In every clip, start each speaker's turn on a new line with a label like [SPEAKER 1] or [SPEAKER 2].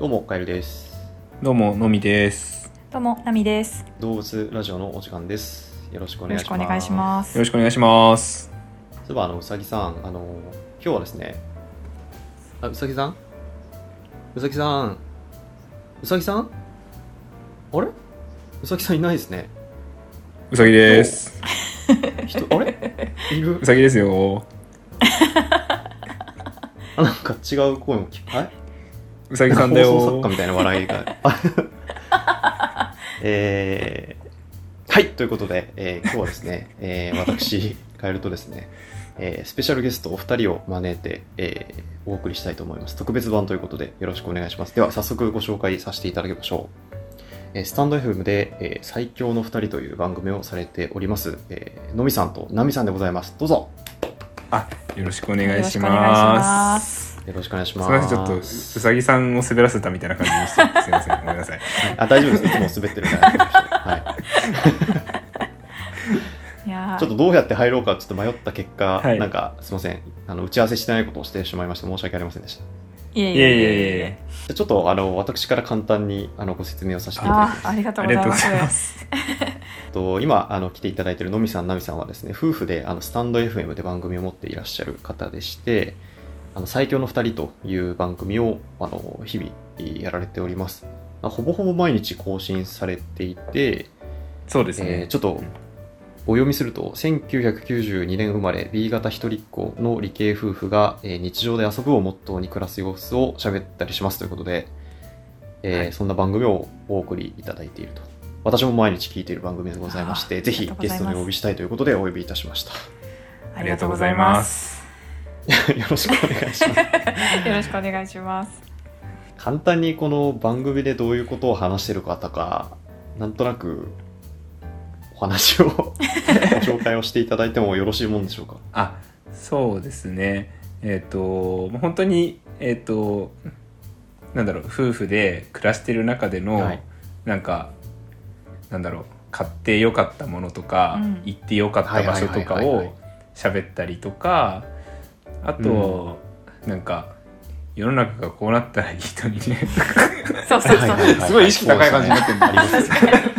[SPEAKER 1] どうもカエルです
[SPEAKER 2] どうも、のみです。
[SPEAKER 3] どうも、ナミです。よ
[SPEAKER 1] 動物ラジオのお時間ですよろしくお願
[SPEAKER 3] ろ
[SPEAKER 1] い
[SPEAKER 3] し
[SPEAKER 1] し
[SPEAKER 3] く
[SPEAKER 1] ま
[SPEAKER 3] お
[SPEAKER 1] す
[SPEAKER 3] 願いします。
[SPEAKER 2] よろしくお願いします。
[SPEAKER 1] そういえばあのうさぎさんあの今日はですねあうさぎさんうさぎさんうさぎさんあれうさぎさんいないですね
[SPEAKER 2] うさぎです。
[SPEAKER 1] 人あれいる
[SPEAKER 2] うさぎですよ。
[SPEAKER 1] あなんか違う声も聞こえ
[SPEAKER 2] うさぎさんだ
[SPEAKER 1] 放送作家。
[SPEAKER 2] よ
[SPEAKER 1] みたいな笑い があえーはいということで、えー今日はですね、えー私カエルとですね、えースペシャルゲストお二人を招いて、えーお送りしたいと思います特別版ということでよろしくお願いしますでは早速ご紹介させていただきましょうえースタンド FM で、えー最強の二人という番組をされております、えーのみさんとなみさんでございますどうぞ
[SPEAKER 2] よろしくお
[SPEAKER 3] お
[SPEAKER 2] 願いします。
[SPEAKER 3] す。
[SPEAKER 1] よろしくお願いし
[SPEAKER 2] す
[SPEAKER 1] ま
[SPEAKER 2] み
[SPEAKER 1] す
[SPEAKER 2] ません、ちょっとうさぎさんを滑らせたみたいな感じでした。すみません、ごめんなさい。
[SPEAKER 1] あ大丈夫ですいつも滑ってるから、はい
[SPEAKER 3] いやー
[SPEAKER 1] ちょっとどうやって入ろうかちょっと迷った結果、
[SPEAKER 2] はい
[SPEAKER 1] なんかすみませんあの打ち合わせしてないことをしてしまいまして申し訳ありませんでしたじ
[SPEAKER 3] いえ
[SPEAKER 2] い
[SPEAKER 3] い
[SPEAKER 2] えい
[SPEAKER 3] えい
[SPEAKER 2] え
[SPEAKER 3] え
[SPEAKER 2] い
[SPEAKER 3] い
[SPEAKER 2] え
[SPEAKER 3] え。。
[SPEAKER 1] ゃあちょっとあの私から簡単にあのご説明をさせていただきま
[SPEAKER 3] あ
[SPEAKER 1] す
[SPEAKER 3] ー、ありがと
[SPEAKER 2] あ
[SPEAKER 3] う
[SPEAKER 2] り
[SPEAKER 3] ご
[SPEAKER 2] が
[SPEAKER 3] ざ
[SPEAKER 2] と
[SPEAKER 3] いう
[SPEAKER 2] ご
[SPEAKER 3] ま。
[SPEAKER 2] ざいますす。
[SPEAKER 1] と今あの来ていただいているのみさんなみさんはですね夫婦であのスタンド FM で番組を持っていらっしゃる方でしてあの最強の二人という番組をあの日々やられておりますまあほぼほぼ毎日更新されていて、
[SPEAKER 2] そうです
[SPEAKER 1] えー
[SPEAKER 2] ね。
[SPEAKER 1] ちょっとお読みすると1992年生まれ B 型一人っ子の理系夫婦が、えー日常で遊ぶをモットーに暮らす様子を喋ったりしますということで、えー
[SPEAKER 2] はい
[SPEAKER 1] そんな番組をお送りいただいていると私も毎日聞いている番組でございまして
[SPEAKER 3] あー
[SPEAKER 1] ぜひ
[SPEAKER 3] ありがとうご
[SPEAKER 1] ゲ
[SPEAKER 3] ざ
[SPEAKER 1] ストに
[SPEAKER 3] います
[SPEAKER 1] お呼びしたいということでお呼びいたしました
[SPEAKER 2] ありがとうございます
[SPEAKER 1] よろしくお願いし
[SPEAKER 3] あ
[SPEAKER 1] ま
[SPEAKER 3] り
[SPEAKER 1] す
[SPEAKER 3] がとうございます。よろしくお願いします。
[SPEAKER 1] 簡単にこの番組でどういうことを話してるかとかなんとなくお話を ご紹介をしていただいてもよろしいもんでしょうか
[SPEAKER 2] あ、そうですね。えっ、と、もう本当に、えっ、と。なんだろう、夫婦で暮らしてる中での、
[SPEAKER 1] はい
[SPEAKER 2] なんか。なんだろう、買ってよかったものとか、
[SPEAKER 3] うん
[SPEAKER 2] 行ってよかった場所とか
[SPEAKER 1] はいはいはいはいはい
[SPEAKER 2] を。喋ったりとか。あと、なんか。世の中がこうなったらいい人に ね。
[SPEAKER 3] そうそうそう。
[SPEAKER 1] はいはいはい
[SPEAKER 2] すごい意識高い感じになってる
[SPEAKER 1] そうですねあります
[SPEAKER 3] 確かに。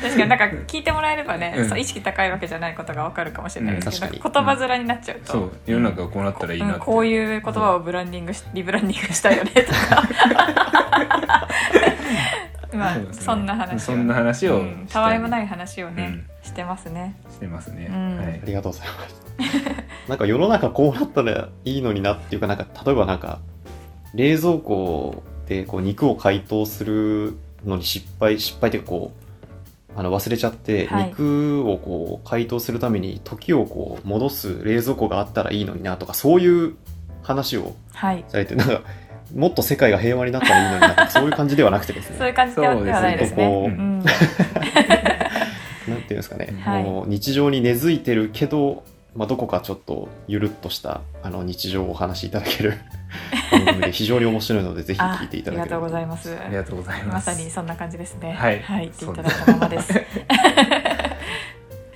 [SPEAKER 3] 確かに、なんか聞いてもらえればね、
[SPEAKER 2] うん
[SPEAKER 3] そう意識高いわけじゃないことがわかるかもしれないですけど、
[SPEAKER 1] うん確か
[SPEAKER 3] 言
[SPEAKER 1] に
[SPEAKER 3] 葉面になっちゃう と。
[SPEAKER 2] そう、世の中がこうなったらいいな
[SPEAKER 3] う
[SPEAKER 2] っ
[SPEAKER 3] ん、
[SPEAKER 2] て。
[SPEAKER 3] こういう言葉をブランディングし、リブランディングしたいよ ねとかまあ
[SPEAKER 2] うですね
[SPEAKER 3] そんな話を
[SPEAKER 2] そんな話を
[SPEAKER 3] う
[SPEAKER 2] し
[SPEAKER 3] ん
[SPEAKER 2] り。
[SPEAKER 3] たわいもない話をね、
[SPEAKER 2] う
[SPEAKER 3] してますね
[SPEAKER 2] してますね。
[SPEAKER 3] うん
[SPEAKER 2] はい
[SPEAKER 1] あ。りがとうございます。 なんか世の中こうなったらいいのになっていうか、なんか例えばなんか、冷蔵庫でこう肉を解凍するのに失敗、失敗っていうかこう、あの忘れちゃって、
[SPEAKER 3] はい
[SPEAKER 1] 肉をこう解凍するために時をこう戻す冷蔵庫があったらいいのになとか、そういう話を
[SPEAKER 3] はい
[SPEAKER 1] されて、なんか、もっと世界が平和になったらいいのになとか、そういう感じではなくてです
[SPEAKER 3] そうい
[SPEAKER 1] ね、
[SPEAKER 3] う感じでは
[SPEAKER 2] そうですね
[SPEAKER 3] ではないですね
[SPEAKER 1] こ
[SPEAKER 3] う
[SPEAKER 1] うんなんていうんですかね、
[SPEAKER 3] はい
[SPEAKER 1] もう日常に根付いてるけど、まあ、どこかちょっとゆるっとしたあの日常をお話しいただけ る番組で非常に面白いのでぜひ
[SPEAKER 3] あ
[SPEAKER 1] 聞いていた
[SPEAKER 3] あり
[SPEAKER 1] だ
[SPEAKER 3] が
[SPEAKER 1] けれ
[SPEAKER 3] とう
[SPEAKER 1] ば
[SPEAKER 3] ござい
[SPEAKER 1] ま
[SPEAKER 3] ます
[SPEAKER 2] ありがとうございま。
[SPEAKER 3] ますさにそんな感じですね
[SPEAKER 2] はい
[SPEAKER 3] 言っていただいたままです
[SPEAKER 1] す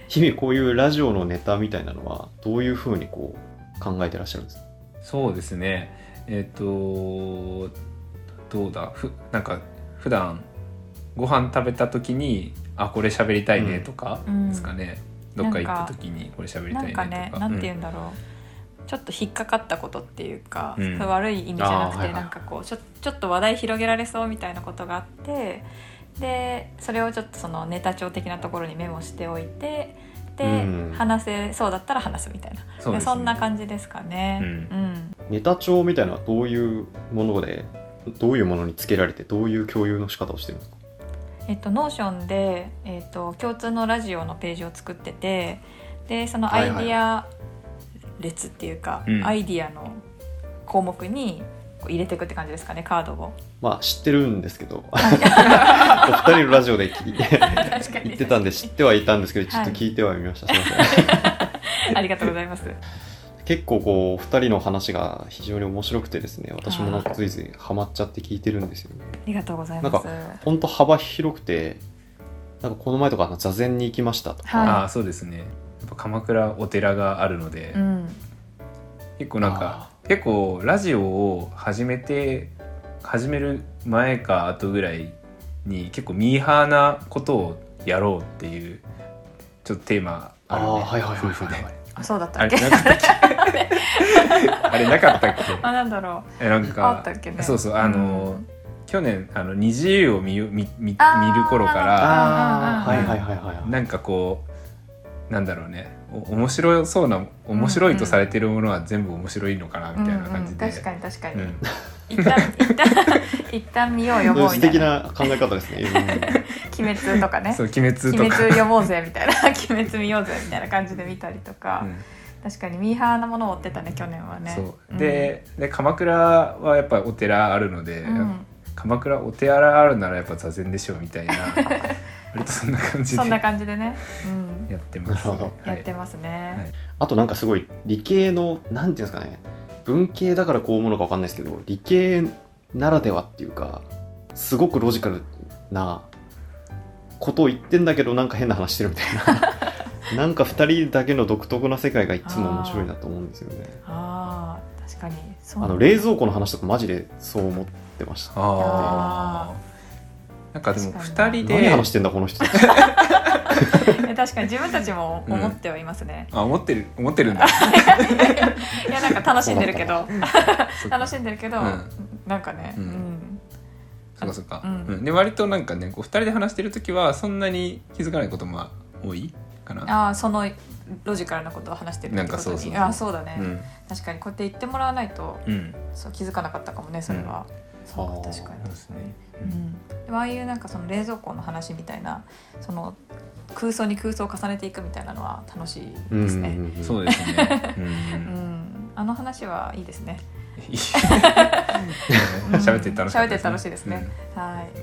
[SPEAKER 1] 日々こういうラジオのネタみたいなのはどういうふうにこう考えてらっしゃるんですか
[SPEAKER 2] そうですね。えっ、とどうだふなんか普段ご飯食べた時にあこれ喋りたいねとか
[SPEAKER 3] うん
[SPEAKER 2] ですかね。どっか行った時にこれ喋りた
[SPEAKER 3] ない
[SPEAKER 2] ね
[SPEAKER 3] ん
[SPEAKER 2] とか。
[SPEAKER 3] かねなんて言うんだろうちょっと引っかかったことっていうか、
[SPEAKER 2] うん
[SPEAKER 3] 悪い意味じゃなく
[SPEAKER 1] あ
[SPEAKER 3] て、
[SPEAKER 1] ーはいはい
[SPEAKER 3] なんかこうちょちょっと話題広げられそうみたいなことがあってでそれをちょっとそのネタ帳的なところにメモしておいてで、
[SPEAKER 1] うん
[SPEAKER 3] 話せそうだったら話すみたいな
[SPEAKER 2] う
[SPEAKER 3] そ,、
[SPEAKER 2] うですね
[SPEAKER 3] そんな感じですかね。
[SPEAKER 2] う
[SPEAKER 3] うん
[SPEAKER 1] ネタ帳みたいなのはどういうものでどういうものにつけられてどういう共有の仕方をしてるんですか
[SPEAKER 3] えっと、ノーションで、えっと、共通のラジオのページを作っててでそのアイディア列っていうか、
[SPEAKER 2] うん
[SPEAKER 3] アイディアの項目にこう入れていくって感じですかねカードを。
[SPEAKER 1] まあ知ってるんですけ どお二人のラジオで聞いて
[SPEAKER 3] 確か
[SPEAKER 1] 言ってたんで知ってはいたんですけどちょっと聞いてはみました、すいません
[SPEAKER 3] ありがとうございます。
[SPEAKER 1] 結構こう2人の話が非常に面白くてですね私もなんかついついハマっちゃって聞いてるんですよね
[SPEAKER 3] ありがとうございます。
[SPEAKER 1] ほんと幅広くてなんかこの前とかあの座禅に行きましたとか、
[SPEAKER 3] はい
[SPEAKER 2] ああそうですね。やっぱ鎌倉お寺があるので、
[SPEAKER 3] うん、
[SPEAKER 2] 結構なんか結構ラジオを始めて始める前か後ぐらいに結構ミーハーなことをやろうっていうちょっとテーマあるね
[SPEAKER 1] あーはいはいはいはい
[SPEAKER 2] 夫婦で
[SPEAKER 3] あそうだった
[SPEAKER 2] あ
[SPEAKER 3] っけ
[SPEAKER 2] れなかったっけ あれなかったっ
[SPEAKER 3] あなんだろ
[SPEAKER 2] けえなん
[SPEAKER 3] うあ
[SPEAKER 2] か
[SPEAKER 3] ったっけね
[SPEAKER 2] そうそうあの、
[SPEAKER 3] うん
[SPEAKER 2] 去年あの二自由を見よ見見見る
[SPEAKER 3] あー
[SPEAKER 2] 頃から
[SPEAKER 1] ああ
[SPEAKER 2] うん
[SPEAKER 1] は
[SPEAKER 2] うん
[SPEAKER 1] い
[SPEAKER 2] うん
[SPEAKER 1] はいはいはいはい
[SPEAKER 2] なんかこうなんだろうねお面白そうな面白いとされてるものは全部面白いのかなみたいな感じで、
[SPEAKER 3] うんうん、確かに確かに、
[SPEAKER 2] うん
[SPEAKER 3] 一旦一 旦一旦見よう読もう
[SPEAKER 1] 素
[SPEAKER 3] みたい
[SPEAKER 1] 敵
[SPEAKER 3] な
[SPEAKER 1] な考え方ですね
[SPEAKER 3] 「鬼滅」とかね
[SPEAKER 2] そう「鬼
[SPEAKER 3] 「
[SPEAKER 2] 滅」
[SPEAKER 3] 鬼
[SPEAKER 2] と
[SPEAKER 3] 滅
[SPEAKER 2] か。
[SPEAKER 3] 読もうぜ」みたいな「鬼滅見ようぜ」みたいな感じで見たりとか、
[SPEAKER 2] うん
[SPEAKER 3] 確かにミーハーなものを追ってたね去年はね
[SPEAKER 2] そうで,、で鎌倉はやっぱお寺あるので、
[SPEAKER 3] うん、うん
[SPEAKER 2] 鎌倉お寺あるならやっぱ座禅でしょみ たいな割とそんな感じ
[SPEAKER 3] そ
[SPEAKER 2] で
[SPEAKER 3] んな感じでね、うん、
[SPEAKER 2] やってます、
[SPEAKER 1] なるほど
[SPEAKER 2] は
[SPEAKER 3] や
[SPEAKER 2] い
[SPEAKER 3] ってます
[SPEAKER 2] はい
[SPEAKER 3] ね、
[SPEAKER 1] あとなんかすごい理系のなんていうんですかね文系だからこう思うのかわかんないですけど理系ならではっていうかすごくロジカルなことを言ってんだけどなんか変な話してるみたいななんか2人だけの独特な世界がいつも面白いなと思うんですよね
[SPEAKER 3] ああ確かにそう
[SPEAKER 1] あ
[SPEAKER 3] なん
[SPEAKER 1] の
[SPEAKER 3] だ
[SPEAKER 1] 冷蔵庫の話とかマジでそう思ってました
[SPEAKER 2] あーなんかでも
[SPEAKER 3] 確か
[SPEAKER 2] 2
[SPEAKER 3] に
[SPEAKER 2] 人
[SPEAKER 1] 何
[SPEAKER 2] で
[SPEAKER 1] 話してんだこの人たち
[SPEAKER 3] え確かに自分たちも思ってはいます ね、
[SPEAKER 2] あ思ってる思ってるんだ
[SPEAKER 3] いやなんか楽しんでるけど
[SPEAKER 2] そっか
[SPEAKER 3] 楽しんでるけど、
[SPEAKER 2] うん
[SPEAKER 3] なんかね、う
[SPEAKER 2] うんんそっかそっか、
[SPEAKER 3] うん
[SPEAKER 2] うんで割となんかねこう2人で話してる時はそんなに気づかないことも多いかな
[SPEAKER 3] ああそのロジカルなことを話してるってことに
[SPEAKER 2] なんかそうそうそう
[SPEAKER 3] ああそうだね、
[SPEAKER 2] うん
[SPEAKER 3] 確かにこうやって言ってもらわないと
[SPEAKER 2] うん
[SPEAKER 3] そう気づかなかったかもねそれは、そう
[SPEAKER 1] あ
[SPEAKER 3] か
[SPEAKER 1] ー
[SPEAKER 3] 確か
[SPEAKER 2] そうですね、
[SPEAKER 3] に、うん、でもああいうなんかその冷蔵庫の話みたいなその空想に空想を重ねていくみたいなのは楽しいですね、うん
[SPEAKER 1] んん
[SPEAKER 2] そうですね、うん
[SPEAKER 3] あの話はいいですね
[SPEAKER 2] いい喋って楽しか
[SPEAKER 3] 喋って楽しいですね、はい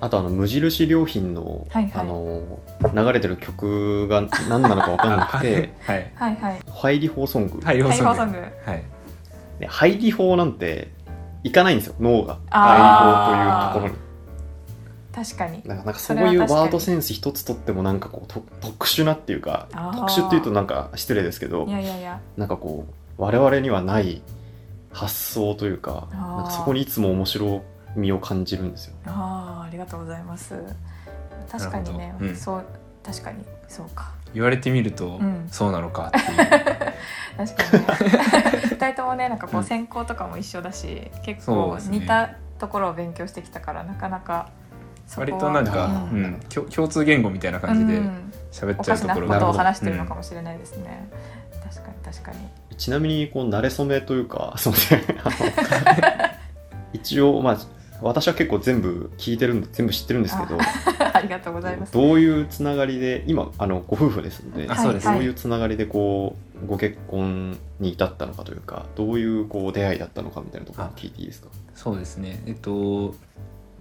[SPEAKER 1] あとあの無印良品の,、
[SPEAKER 3] はいはい
[SPEAKER 1] あの流れてる曲が何なのか分かんなくて
[SPEAKER 2] うん はい
[SPEAKER 3] はいはい
[SPEAKER 1] 入り放ソング、
[SPEAKER 2] はい
[SPEAKER 3] ハイパーソン
[SPEAKER 2] グ
[SPEAKER 3] グ
[SPEAKER 2] はい
[SPEAKER 1] ね、入り法なんていかないんですよ脳が
[SPEAKER 3] あー
[SPEAKER 1] 入り法というとこ
[SPEAKER 3] 確かに
[SPEAKER 1] ろになんかなんか
[SPEAKER 3] そ
[SPEAKER 1] そ
[SPEAKER 3] れ
[SPEAKER 1] う
[SPEAKER 3] は確
[SPEAKER 1] いう
[SPEAKER 3] かに
[SPEAKER 1] ワードセンス一つとってもなんかこうと特殊なっていうか
[SPEAKER 3] あー
[SPEAKER 1] 特殊っていうとなんか失礼ですけど
[SPEAKER 3] いやいやいや
[SPEAKER 1] なんかこう我々にはない発想というか
[SPEAKER 3] あー
[SPEAKER 1] なんかそこにいつも面白みを感じるんですよ
[SPEAKER 3] あーありがとうございます確かに
[SPEAKER 2] な
[SPEAKER 3] ね
[SPEAKER 2] る、ほどうん
[SPEAKER 3] そう確かにそうか
[SPEAKER 2] 言われてみると、
[SPEAKER 3] うん
[SPEAKER 2] そうなのかっていう
[SPEAKER 3] 確かにね 二人ともねなんかこ
[SPEAKER 2] う
[SPEAKER 3] うん専攻とかも一緒だし、結
[SPEAKER 2] そう
[SPEAKER 3] 構
[SPEAKER 2] ですね
[SPEAKER 3] 似たところを勉強してきたからなかなかそこ
[SPEAKER 2] 割
[SPEAKER 3] は
[SPEAKER 2] となんか、
[SPEAKER 1] う
[SPEAKER 2] うんん、きょ共通言語みたいな感じ
[SPEAKER 3] う
[SPEAKER 2] で
[SPEAKER 3] ん
[SPEAKER 2] 喋
[SPEAKER 3] お
[SPEAKER 2] っちゃ
[SPEAKER 3] か
[SPEAKER 2] う
[SPEAKER 3] し
[SPEAKER 2] と
[SPEAKER 3] な
[SPEAKER 2] こ
[SPEAKER 3] こ
[SPEAKER 2] ろ
[SPEAKER 3] と
[SPEAKER 1] な
[SPEAKER 3] を
[SPEAKER 1] るほど
[SPEAKER 3] 話してるのかもしれないですね、確かに確かに
[SPEAKER 1] ちなみにこう慣れ初めというか すいませんあの 一応まあ私は結構全部聞いてるんで全部知ってるんですけど
[SPEAKER 3] ありがとうございます
[SPEAKER 1] どういうつながりで今あのご夫婦ですので
[SPEAKER 2] あそうです
[SPEAKER 1] ど
[SPEAKER 3] は
[SPEAKER 1] う
[SPEAKER 3] い
[SPEAKER 1] い
[SPEAKER 3] はい
[SPEAKER 1] うつながりでこうご結婚に至ったのかというかどういうこう出会いだったのかみたいなところ聞いていいですか
[SPEAKER 2] そうですねえっと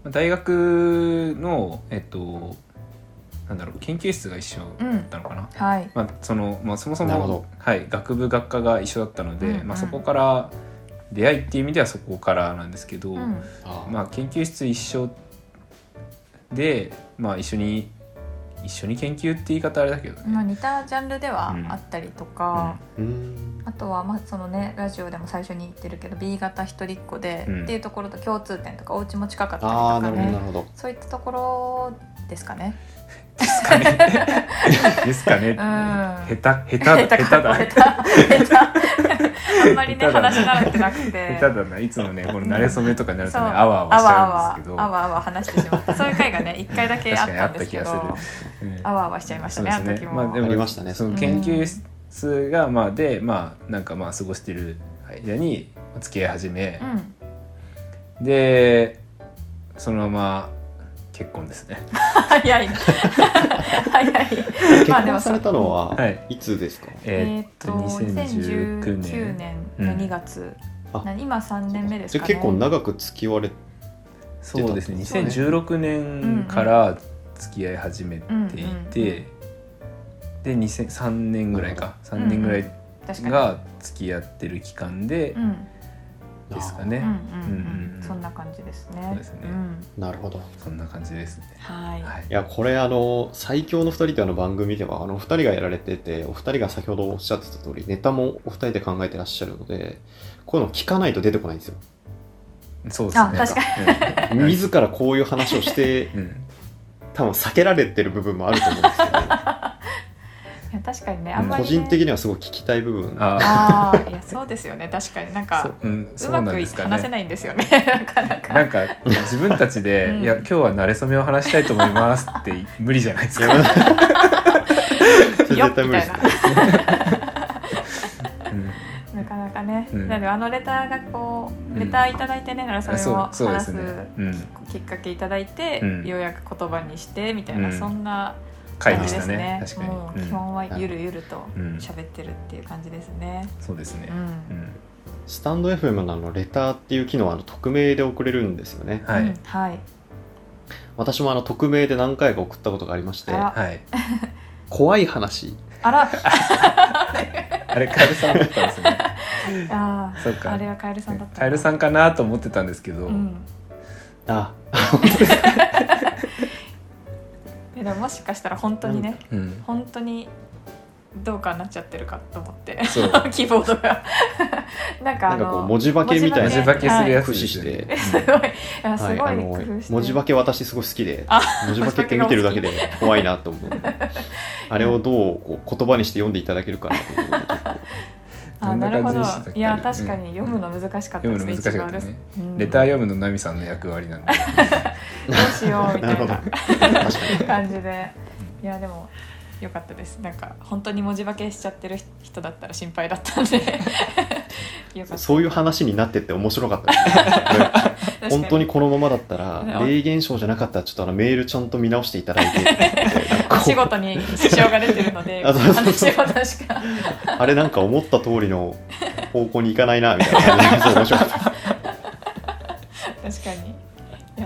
[SPEAKER 2] 大学のえっとなんだろう研究室が一緒
[SPEAKER 3] う
[SPEAKER 2] だ
[SPEAKER 3] ん
[SPEAKER 2] ったのかな、
[SPEAKER 3] はい
[SPEAKER 2] まあそのまあ、そもそ
[SPEAKER 1] なるほど
[SPEAKER 2] も、はい、学部学科が一緒だったので、
[SPEAKER 3] うんうん
[SPEAKER 2] まあ、そこから出会いっていう意味ではそこからなんですけど、
[SPEAKER 3] うん
[SPEAKER 1] あ
[SPEAKER 2] まあ、研究室一緒で、まあ、一緒に一緒に研究って言い方あれだけどね、
[SPEAKER 3] まあ、似たジャンルではあったりとか、
[SPEAKER 1] うーん
[SPEAKER 3] あとはまあそのねラジオでも最初に言ってるけど B 型一人っ子で、
[SPEAKER 2] うん
[SPEAKER 3] っていうところと共通点とかお家も近かったり
[SPEAKER 1] あーな
[SPEAKER 3] と
[SPEAKER 1] る
[SPEAKER 3] か
[SPEAKER 1] ほどな
[SPEAKER 3] ね
[SPEAKER 1] るほど
[SPEAKER 3] そういったところですかね。
[SPEAKER 2] ですかねですかね、
[SPEAKER 3] ん
[SPEAKER 2] 下手下手だ下手だ
[SPEAKER 3] 下手下手あんまりね
[SPEAKER 2] 下手だ
[SPEAKER 3] 話慣れてなくて。
[SPEAKER 2] 下手だないつもねこの慣れ初めとかになるとね
[SPEAKER 3] そう
[SPEAKER 2] あわあ
[SPEAKER 3] あ
[SPEAKER 2] わ
[SPEAKER 3] わ
[SPEAKER 2] しちゃうんですけど
[SPEAKER 3] あわあわあわ話してしまったそういう回がね一回だけあったんですけど
[SPEAKER 2] 確かにあった気がうん
[SPEAKER 3] あわあわしちゃいましたねあ
[SPEAKER 2] そうで
[SPEAKER 3] の
[SPEAKER 2] す
[SPEAKER 3] 時
[SPEAKER 2] ね
[SPEAKER 3] も、
[SPEAKER 2] まあでも
[SPEAKER 1] ありましたね
[SPEAKER 2] その
[SPEAKER 3] うん
[SPEAKER 2] 研究室がまあでまあなんかまあ過ごしてる間にお付き合い始め
[SPEAKER 3] う、ん
[SPEAKER 2] でそのまま結婚ですね
[SPEAKER 3] 早い早い
[SPEAKER 1] 結
[SPEAKER 3] まあでも
[SPEAKER 1] 婚されたのは
[SPEAKER 2] はい
[SPEAKER 1] いつですか
[SPEAKER 2] えーっと2019年
[SPEAKER 3] 年の2月、
[SPEAKER 1] うんあ
[SPEAKER 3] な今3年目です
[SPEAKER 1] じゃ
[SPEAKER 3] か
[SPEAKER 1] あ
[SPEAKER 3] ね
[SPEAKER 1] 結構長く付き合われ
[SPEAKER 2] そうですね
[SPEAKER 1] 出たんですよ
[SPEAKER 2] 2016年から付き合い始めていて、で2003年ぐらいか
[SPEAKER 3] ん
[SPEAKER 2] 3年ぐらい
[SPEAKER 3] 確かに
[SPEAKER 2] が付き合ってる期間で
[SPEAKER 3] うん
[SPEAKER 2] ですか
[SPEAKER 1] あ
[SPEAKER 2] ね、
[SPEAKER 3] うんうん
[SPEAKER 2] うん
[SPEAKER 3] う
[SPEAKER 2] うんん
[SPEAKER 3] そんな感じですね
[SPEAKER 2] そうですね
[SPEAKER 3] ん
[SPEAKER 1] ーなるほど
[SPEAKER 2] そんな感じですね
[SPEAKER 3] はい
[SPEAKER 2] は
[SPEAKER 1] い
[SPEAKER 2] い
[SPEAKER 1] やこれあの最強の2人ってあの番組ではあのお二人がやられててお二人が先ほどおっしゃってた通りネタもお二人で考えてらっしゃるのでこういうの聞かないと出てこないんですよ
[SPEAKER 2] そうですね
[SPEAKER 3] あ確
[SPEAKER 2] か
[SPEAKER 1] 自らこういう話をして
[SPEAKER 2] に、うんうん
[SPEAKER 1] 多分避けられてる部分もあると思うんですけど、
[SPEAKER 3] いや確かにね
[SPEAKER 2] うん
[SPEAKER 3] あんまり、
[SPEAKER 1] 個
[SPEAKER 3] ね、
[SPEAKER 1] 人的にはすごい聞きたい部分
[SPEAKER 2] あ
[SPEAKER 3] ああいやそうですよね確かになん
[SPEAKER 2] あ
[SPEAKER 3] か
[SPEAKER 2] そう,、うん、
[SPEAKER 3] う
[SPEAKER 2] そう
[SPEAKER 3] ま
[SPEAKER 2] なん
[SPEAKER 3] く
[SPEAKER 2] で
[SPEAKER 3] い
[SPEAKER 2] すか
[SPEAKER 3] 話せ
[SPEAKER 2] ね
[SPEAKER 3] ないんですよねなかなか
[SPEAKER 2] なんか自分たちで「
[SPEAKER 3] うん
[SPEAKER 2] いや今日は馴れ初めを話したいと思います」って無理じゃないです
[SPEAKER 1] いや
[SPEAKER 2] か、
[SPEAKER 1] それ
[SPEAKER 3] よっ
[SPEAKER 1] 絶対無理ですね
[SPEAKER 3] みたい
[SPEAKER 2] うん
[SPEAKER 3] ななかなかね、
[SPEAKER 2] うん
[SPEAKER 3] なのであのレターがこ
[SPEAKER 2] う
[SPEAKER 3] うんレターいただいてねならそれを
[SPEAKER 2] そうそうで
[SPEAKER 3] 話
[SPEAKER 2] す
[SPEAKER 3] す
[SPEAKER 2] ねうん
[SPEAKER 3] きっかけいただいて、
[SPEAKER 2] うん
[SPEAKER 3] ようやく言葉にしてみたいな、
[SPEAKER 2] うん
[SPEAKER 3] そんな
[SPEAKER 2] 回
[SPEAKER 3] 感
[SPEAKER 2] で
[SPEAKER 3] じ
[SPEAKER 2] し
[SPEAKER 3] で
[SPEAKER 2] た
[SPEAKER 3] す
[SPEAKER 2] ね
[SPEAKER 3] ね
[SPEAKER 2] 確かに、
[SPEAKER 3] もう
[SPEAKER 2] うん
[SPEAKER 3] 基本はゆるゆると
[SPEAKER 2] うん
[SPEAKER 3] 喋ってるっていう感じですね、
[SPEAKER 2] そうですね
[SPEAKER 3] う、ん
[SPEAKER 2] うん
[SPEAKER 1] スタンド FM のあのレターっていう機能はあの匿名で送れるんですよね
[SPEAKER 2] は
[SPEAKER 3] うん
[SPEAKER 2] い、
[SPEAKER 3] はい、
[SPEAKER 1] 私もあの匿名で何回か送ったことがありまして
[SPEAKER 3] あら
[SPEAKER 2] はい、
[SPEAKER 1] 怖い話
[SPEAKER 3] あら
[SPEAKER 2] あれカエルさんだったんですね
[SPEAKER 3] あ
[SPEAKER 2] そう
[SPEAKER 3] ー
[SPEAKER 2] か
[SPEAKER 3] あれはカエルさんだった
[SPEAKER 2] カエルさ
[SPEAKER 3] ん、
[SPEAKER 2] んかなと思ってたんですけど、
[SPEAKER 3] うん、
[SPEAKER 1] あ
[SPEAKER 3] いやでももしかしたら本当にね
[SPEAKER 2] うん
[SPEAKER 3] 本当にどうかなっちゃってるかと思って
[SPEAKER 2] そう
[SPEAKER 3] キーボード がなんか
[SPEAKER 1] な
[SPEAKER 3] あ
[SPEAKER 1] んかこ
[SPEAKER 3] の
[SPEAKER 1] う文字化けみたいな
[SPEAKER 2] 文字化けするやつ
[SPEAKER 1] 駆使
[SPEAKER 2] で
[SPEAKER 1] し
[SPEAKER 2] すよ
[SPEAKER 1] て
[SPEAKER 2] ね、
[SPEAKER 3] すごい、いやす
[SPEAKER 1] は
[SPEAKER 3] ごい
[SPEAKER 1] い、
[SPEAKER 3] 工
[SPEAKER 1] あの
[SPEAKER 3] 夫して、
[SPEAKER 1] 文字化け私すごい好きで
[SPEAKER 3] あ
[SPEAKER 1] 文字化けって見てるだけで怖いなと思 うあれをどうこう言葉にして読んでいただけるかなと思うので 結構
[SPEAKER 3] あなるほ
[SPEAKER 2] ど
[SPEAKER 3] ど
[SPEAKER 2] んな感じでしたっけ
[SPEAKER 3] いや確かに読むの難しかった
[SPEAKER 2] 読
[SPEAKER 3] で
[SPEAKER 2] むの難しかっ
[SPEAKER 3] すね、一番
[SPEAKER 2] た
[SPEAKER 3] です
[SPEAKER 2] ね、
[SPEAKER 3] うん
[SPEAKER 2] レター読むのナミさんの役割なんで
[SPEAKER 3] どうしようみた
[SPEAKER 1] なるほ
[SPEAKER 3] い
[SPEAKER 1] ど
[SPEAKER 3] な
[SPEAKER 1] 確かに
[SPEAKER 3] 感じでいやでも良かったですなんか本当に文字化けしちゃってる人だったら心配だっ たんでよかった
[SPEAKER 1] そういう話になってって面白かったですね
[SPEAKER 3] 確か
[SPEAKER 1] 本当にこのままだったら
[SPEAKER 3] うん
[SPEAKER 1] 霊現象じゃなかったらちょっとあのメールちゃんと見直していただいてなんか
[SPEAKER 3] お
[SPEAKER 1] こ
[SPEAKER 3] 仕
[SPEAKER 1] う
[SPEAKER 3] 事に支障が出てるので
[SPEAKER 1] あそうそう
[SPEAKER 3] 話は確か
[SPEAKER 1] あれなんか思った通りの方向に行かないなみたいな感じでそう面白かった
[SPEAKER 3] 確かにいや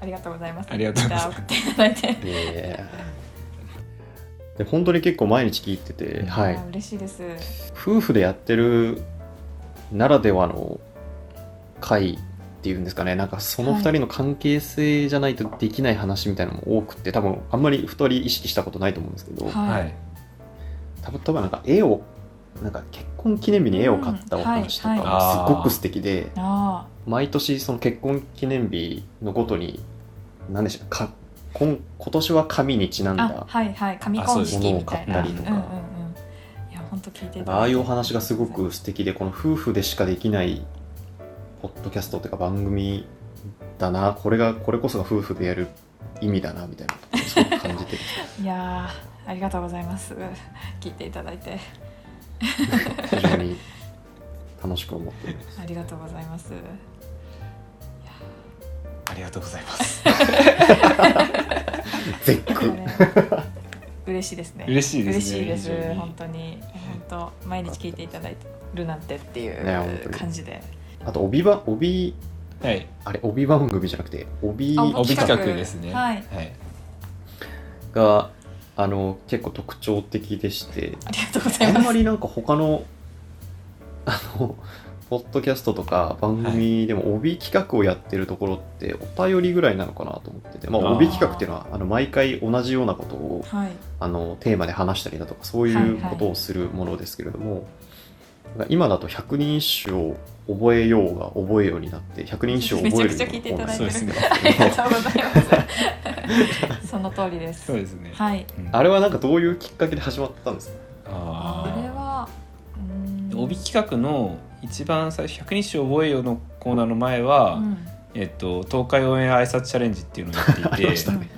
[SPEAKER 3] ーありがとうございます
[SPEAKER 2] ありがとうございます
[SPEAKER 3] レター送っていただいて
[SPEAKER 1] でで本当に結構毎日聞いてて、は
[SPEAKER 3] あ
[SPEAKER 1] い
[SPEAKER 3] ー、嬉しいです
[SPEAKER 1] 夫婦でやってるならではの会っていうんですかねなんかその2人の関係性じゃないとできない話みたいなのも多くて多分あんまり2人意識したことないと思うんですけど
[SPEAKER 2] は、
[SPEAKER 3] はい
[SPEAKER 1] たぶんなんか絵をなんか結婚記念日に絵を買ったお話とか
[SPEAKER 3] うん
[SPEAKER 2] はいは
[SPEAKER 1] も
[SPEAKER 2] い
[SPEAKER 1] すごく素敵で、
[SPEAKER 3] あ
[SPEAKER 1] 毎年その結婚記念日のごとに何でしょうか今今年は紙にちなん
[SPEAKER 3] ーあ
[SPEAKER 1] だ
[SPEAKER 3] はいはい紙コン式みたいな
[SPEAKER 2] あそ
[SPEAKER 1] 物を買ったり
[SPEAKER 2] うです
[SPEAKER 1] とか
[SPEAKER 3] うんうんうんいや本当聞いていただて
[SPEAKER 1] ああいうお話がすごく素敵でこの夫婦でしかできないポッドキャストというか番組だなこれがこれこそが夫婦でやる意味だなみたいなことをすごく感じて
[SPEAKER 3] いやーありがとうございます聞いていただいて
[SPEAKER 1] 非常に楽しく思 っています。
[SPEAKER 3] ありがとうございます
[SPEAKER 2] ありがとうございます
[SPEAKER 1] 絶
[SPEAKER 3] これ
[SPEAKER 1] 句
[SPEAKER 3] ね嬉しいですね
[SPEAKER 2] 嬉しいですね
[SPEAKER 3] 嬉しいです
[SPEAKER 2] 非常に
[SPEAKER 3] 本当に本当毎日聞いていただいてるなんてってい
[SPEAKER 1] ね本当
[SPEAKER 3] う
[SPEAKER 1] に
[SPEAKER 3] 感じで、
[SPEAKER 1] あと帯ば帯
[SPEAKER 2] はい
[SPEAKER 1] あれ帯番組じゃなくて帯
[SPEAKER 3] あ
[SPEAKER 2] 帯企画ですね
[SPEAKER 3] はい
[SPEAKER 2] はい、
[SPEAKER 1] があの結構特徴的でして
[SPEAKER 3] ありがとうござい
[SPEAKER 1] あ
[SPEAKER 3] ま
[SPEAKER 1] ん
[SPEAKER 3] す
[SPEAKER 1] まりなんか他のあのポッドキャストとか番組でも帯企画をやってるところってお便りぐらいなのかなと思ってて、まあ、
[SPEAKER 2] あー
[SPEAKER 1] 帯企画っていうのはあの毎回同じようなことを
[SPEAKER 3] はい
[SPEAKER 1] あのテーマで話したりだとかそういうことをするものですけれども、なんか今だと百人一首を覚えようが覚えようになって百人一首を覚えるようなコーナー
[SPEAKER 2] そうですね
[SPEAKER 3] ありがとうございます。その通りです。
[SPEAKER 2] そうですね、
[SPEAKER 3] はい。
[SPEAKER 2] うん
[SPEAKER 1] あれはなんかどういうきっかけで始まったんですか
[SPEAKER 3] あれ
[SPEAKER 2] あ
[SPEAKER 3] は。う
[SPEAKER 2] ー
[SPEAKER 3] ーん
[SPEAKER 2] 帯企画の一番最初「百日を覚えよ」のコーナーの前は、
[SPEAKER 3] うん
[SPEAKER 2] えっと、東海オンエア挨拶チャレンジっていうのをやってい
[SPEAKER 1] ありました
[SPEAKER 2] て
[SPEAKER 1] ね